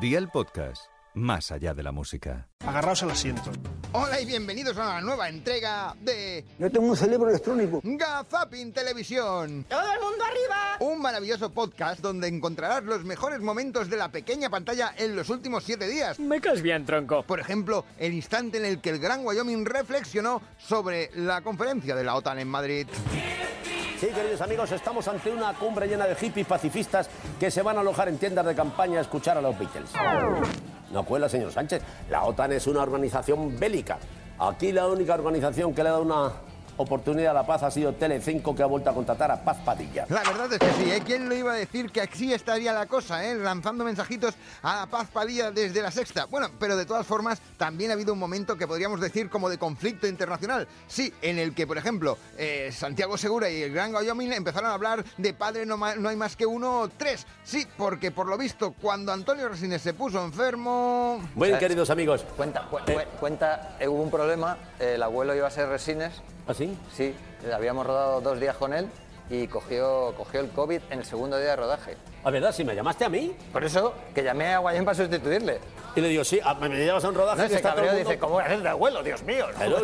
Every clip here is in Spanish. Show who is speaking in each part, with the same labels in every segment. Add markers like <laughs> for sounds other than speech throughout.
Speaker 1: Día el podcast, más allá de la música.
Speaker 2: Agarraos al asiento.
Speaker 3: Hola y bienvenidos a una nueva entrega de
Speaker 4: Yo tengo un cerebro electrónico.
Speaker 3: Gazapin Televisión.
Speaker 5: ¡Todo el mundo arriba!
Speaker 3: Un maravilloso podcast donde encontrarás los mejores momentos de la pequeña pantalla en los últimos siete días.
Speaker 6: Me caes bien, tronco.
Speaker 3: Por ejemplo, el instante en el que el Gran Wyoming reflexionó sobre la conferencia de la OTAN en Madrid.
Speaker 7: Sí, queridos amigos, estamos ante una cumbre llena de hippies pacifistas que se van a alojar en tiendas de campaña a escuchar a los Beatles. No cuela, señor Sánchez. La OTAN es una organización bélica. Aquí la única organización que le ha dado una oportunidad a la paz ha sido Telecinco, que ha vuelto a contratar a Paz Padilla.
Speaker 3: La verdad es que sí, ¿eh? ¿Quién lo iba a decir que así estaría la cosa, eh? Lanzando mensajitos a Paz Padilla desde la sexta. Bueno, pero de todas formas, también ha habido un momento que podríamos decir como de conflicto internacional. Sí, en el que, por ejemplo, eh, Santiago Segura y el Gran Wyoming empezaron a hablar de padre no, ma- no hay más que uno, tres. Sí, porque por lo visto, cuando Antonio Resines se puso enfermo...
Speaker 7: Bueno, queridos amigos.
Speaker 8: Cuenta, cu- cu- cuenta, eh, hubo un problema, eh, el abuelo iba a ser Resines,
Speaker 7: ¿Así?
Speaker 8: sí, eh, habíamos rodado dos días con él y cogió, cogió el COVID en el segundo día de rodaje.
Speaker 7: ¿A verdad? Si me llamaste a mí
Speaker 8: Por eso que llamé a Guayán para sustituirle.
Speaker 7: y le digo, sí, a- me me llevas a un rodaje.
Speaker 8: No,
Speaker 7: que
Speaker 8: ese
Speaker 7: está todo
Speaker 8: cabreo
Speaker 7: el mundo-
Speaker 8: dice, ¿cómo voy a hacer de abuelo, Dios mío?
Speaker 7: Claro,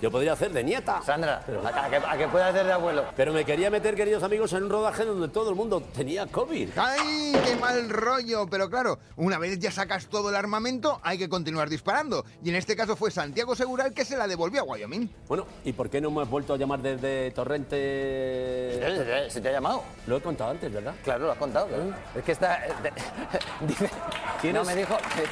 Speaker 7: yo podría hacer de nieta.
Speaker 8: Sandra, a, a que, a que pueda hacer de abuelo.
Speaker 7: Pero me quería meter, queridos amigos, en un rodaje donde todo el mundo tenía COVID.
Speaker 3: ¡Ay, qué mal rollo! Pero claro, una vez ya sacas todo el armamento, hay que continuar disparando. Y en este caso fue Santiago Segura el que se la devolvió a Wyoming.
Speaker 7: Bueno, ¿y por qué no me has vuelto a llamar desde Torrente?
Speaker 8: Eh, eh, Se te ha llamado.
Speaker 7: Lo he contado antes, ¿verdad?
Speaker 8: Claro, lo has contado. claro. Es que está... eh, <laughs> te- dice-
Speaker 7: ¿Quién
Speaker 8: no
Speaker 7: es?
Speaker 8: me dijo... que-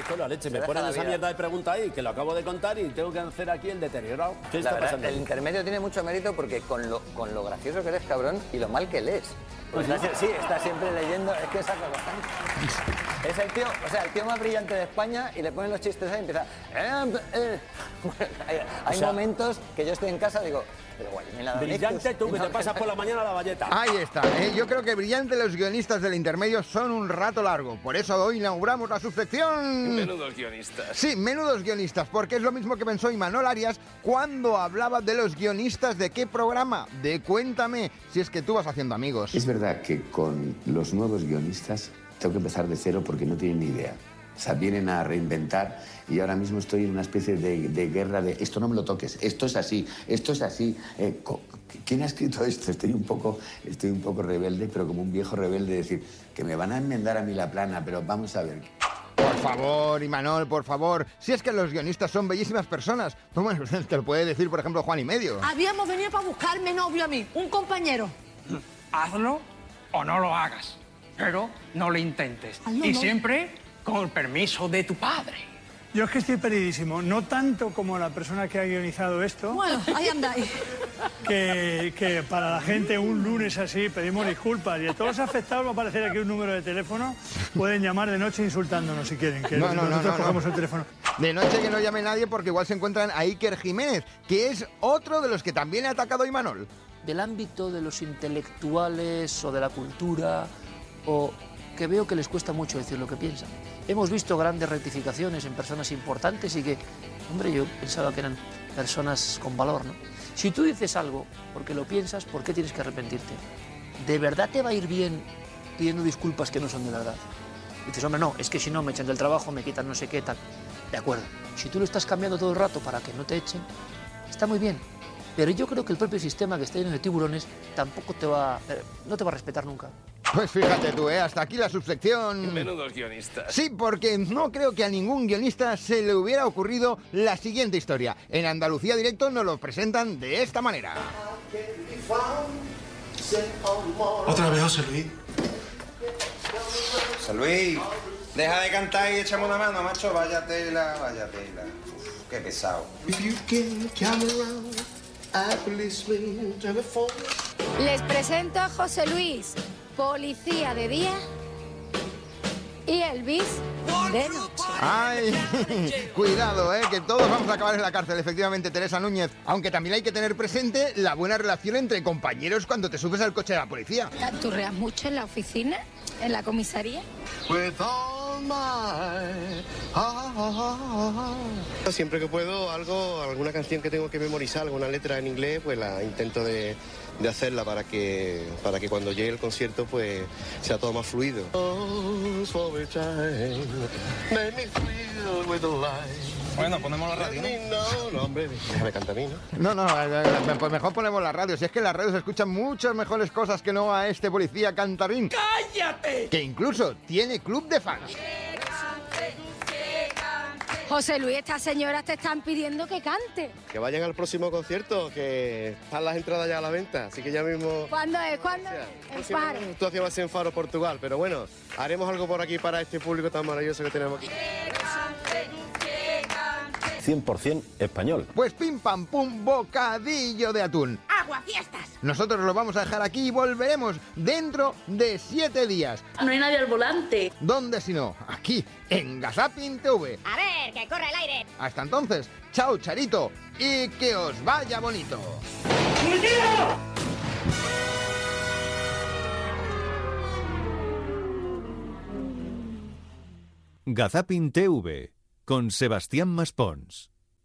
Speaker 7: Es que la leche, me
Speaker 8: deja
Speaker 7: ponen
Speaker 8: la
Speaker 7: esa
Speaker 8: vida.
Speaker 7: mierda de pregunta ahí, que lo acabo de contar y tengo que hacer aquí el deteriorado. ¿Qué
Speaker 8: La
Speaker 7: está
Speaker 8: verdad,
Speaker 7: pasando?
Speaker 8: el intermedio tiene mucho mérito porque con lo, con lo gracioso que eres, cabrón, y lo mal que lees. Porque está, sí, está siempre leyendo, es que saca bastante. Es el tío, o sea, el tío más brillante de España y le ponen los chistes ahí y empieza. "Eh, eh". <laughs> hay hay
Speaker 7: sea-
Speaker 8: momentos que yo estoy en casa y digo, pero guay, me la da un
Speaker 7: Brillante
Speaker 8: ictus".
Speaker 7: tú que te pasas por la mañana a la valleta.
Speaker 8: Ah.
Speaker 3: Ahí está. ¿eh? Yo creo que brillante los guionistas del intermedio son un rato largo. Por eso hoy inauguramos la subsección. Menudos guionistas. Sí, menudos guionistas, porque es lo mismo que pensó Imanol Arias cuando hablaba de los guionistas de qué programa. De Cuéntame, si es que tú vas haciendo amigos.
Speaker 9: Es verdad que con los nuevos guionistas tengo que empezar de cero porque no tienen ni idea. O sea, vienen a reinventar y ahora mismo estoy en una especie de, de guerra de esto no me lo toques, esto es así, esto es así. Eh, co- ¿Quién ha escrito esto? Estoy un, poco, estoy un poco rebelde, pero como un viejo rebelde, decir que me van a enmendar a mí la plana, pero vamos a ver.
Speaker 3: Por favor, Imanol, por favor. Si es que los guionistas son bellísimas personas. Pues Bueno, <laughs> te lo puede decir, por ejemplo, Juan y Medio.
Speaker 5: Habíamos venido para buscarme novio a mí, un compañero.
Speaker 10: hazlo o no lo hagas, pero no lo intentes.
Speaker 5: Hazlo,
Speaker 10: y
Speaker 5: Ah, no.
Speaker 10: siempre con el permiso de tu padre.
Speaker 2: Yo es que estoy perdidísimo, no tanto como la persona que ha guionizado esto,
Speaker 5: Bueno, ahí andáis.
Speaker 2: que, que para la gente un lunes así pedimos disculpas y a todos los afectados va a aparecer aquí un número de teléfono, pueden llamar de noche insultándonos si quieren, que
Speaker 3: No, no, no,
Speaker 2: nosotros
Speaker 3: no, no.
Speaker 2: cogemos el teléfono.
Speaker 3: De noche que no llame nadie porque igual se encuentran a Iker Jiménez, que es otro de los que también ha atacado a Imanol.
Speaker 11: del ámbito de los intelectuales o de la cultura, o que veo que les cuesta mucho decir lo que piensan. Hemos visto grandes rectificaciones en personas importantes y que, hombre, yo pensaba que eran personas con valor, ¿no? Si tú dices algo porque lo piensas, ¿por qué tienes que arrepentirte? ¿De verdad te va a ir bien pidiendo disculpas que no son de verdad? Dices, hombre, no, es que si no me echan del trabajo, me quitan no sé qué, tal. De acuerdo. Si tú lo estás cambiando todo el rato para que no te echen, está muy bien. Pero yo creo que el propio sistema que está lleno de tiburones tampoco te va, eh, no te va a respetar nunca.
Speaker 3: Pues fíjate tú, ¿eh? hasta aquí la subsección. Menudos guionistas. Sí, porque no creo que a ningún guionista se le hubiera ocurrido la siguiente historia. En Andalucía Directo nos lo presentan de esta manera.
Speaker 2: Otra vez, José Luis.
Speaker 12: Luis, deja de cantar y échame una mano, macho. Vaya tela, vaya tela. Uf, qué pesado.
Speaker 5: Les presento a José Luis, policía de día y Elvis de noche.
Speaker 3: Ay, <laughs> cuidado, ¿eh? que todos vamos a acabar en la cárcel, efectivamente, Teresa Núñez. Aunque también hay que tener presente la buena relación entre compañeros cuando te subes al coche de la policía.
Speaker 5: ¿Tanturreas mucho en la oficina? ¿En la comisaría?
Speaker 4: eh. Ah,
Speaker 10: Siempre que puedo, algo, alguna canción que tengo que memorizar, alguna letra en inglés, pues la intento de,
Speaker 4: pues de hacerla para que, para que cuando llegue el concierto pues sea todo más fluido.
Speaker 12: Bueno, ponemos la radio,
Speaker 4: ¿no? No, hombre, déjame cantar a mí, ¿no?
Speaker 3: No, no, eh, eh, pues mejor ponemos la radio. Si es que en la radio se escuchan muchas mejores cosas que no a este policía cantarín. ¡Cállate! Que incluso tiene club de fans.
Speaker 5: José Luis, estas señoras te están pidiendo que cante.
Speaker 4: Que vayan al próximo concierto, que están las entradas ya a la venta, así que ya mismo...
Speaker 5: ¿Cuándo es? ¿Cuándo es? En
Speaker 4: La
Speaker 5: Fares.
Speaker 4: situación va a ser en Faro, Portugal, pero bueno, haremos algo por aquí para este público tan maravilloso que tenemos aquí.
Speaker 7: 100% español.
Speaker 3: Pues pim pam pum, bocadillo de atún.
Speaker 6: Agua, fiestas.
Speaker 3: Nosotros lo vamos a dejar aquí y volveremos dentro de siete días.
Speaker 6: No hay nadie al volante.
Speaker 3: ¿Dónde si no? Aquí, en Gazapin TV.
Speaker 6: A ver, que corre el aire.
Speaker 3: Hasta entonces, chao Charito y que os vaya bonito.
Speaker 1: Gazapin TV con Sebastián Maspons.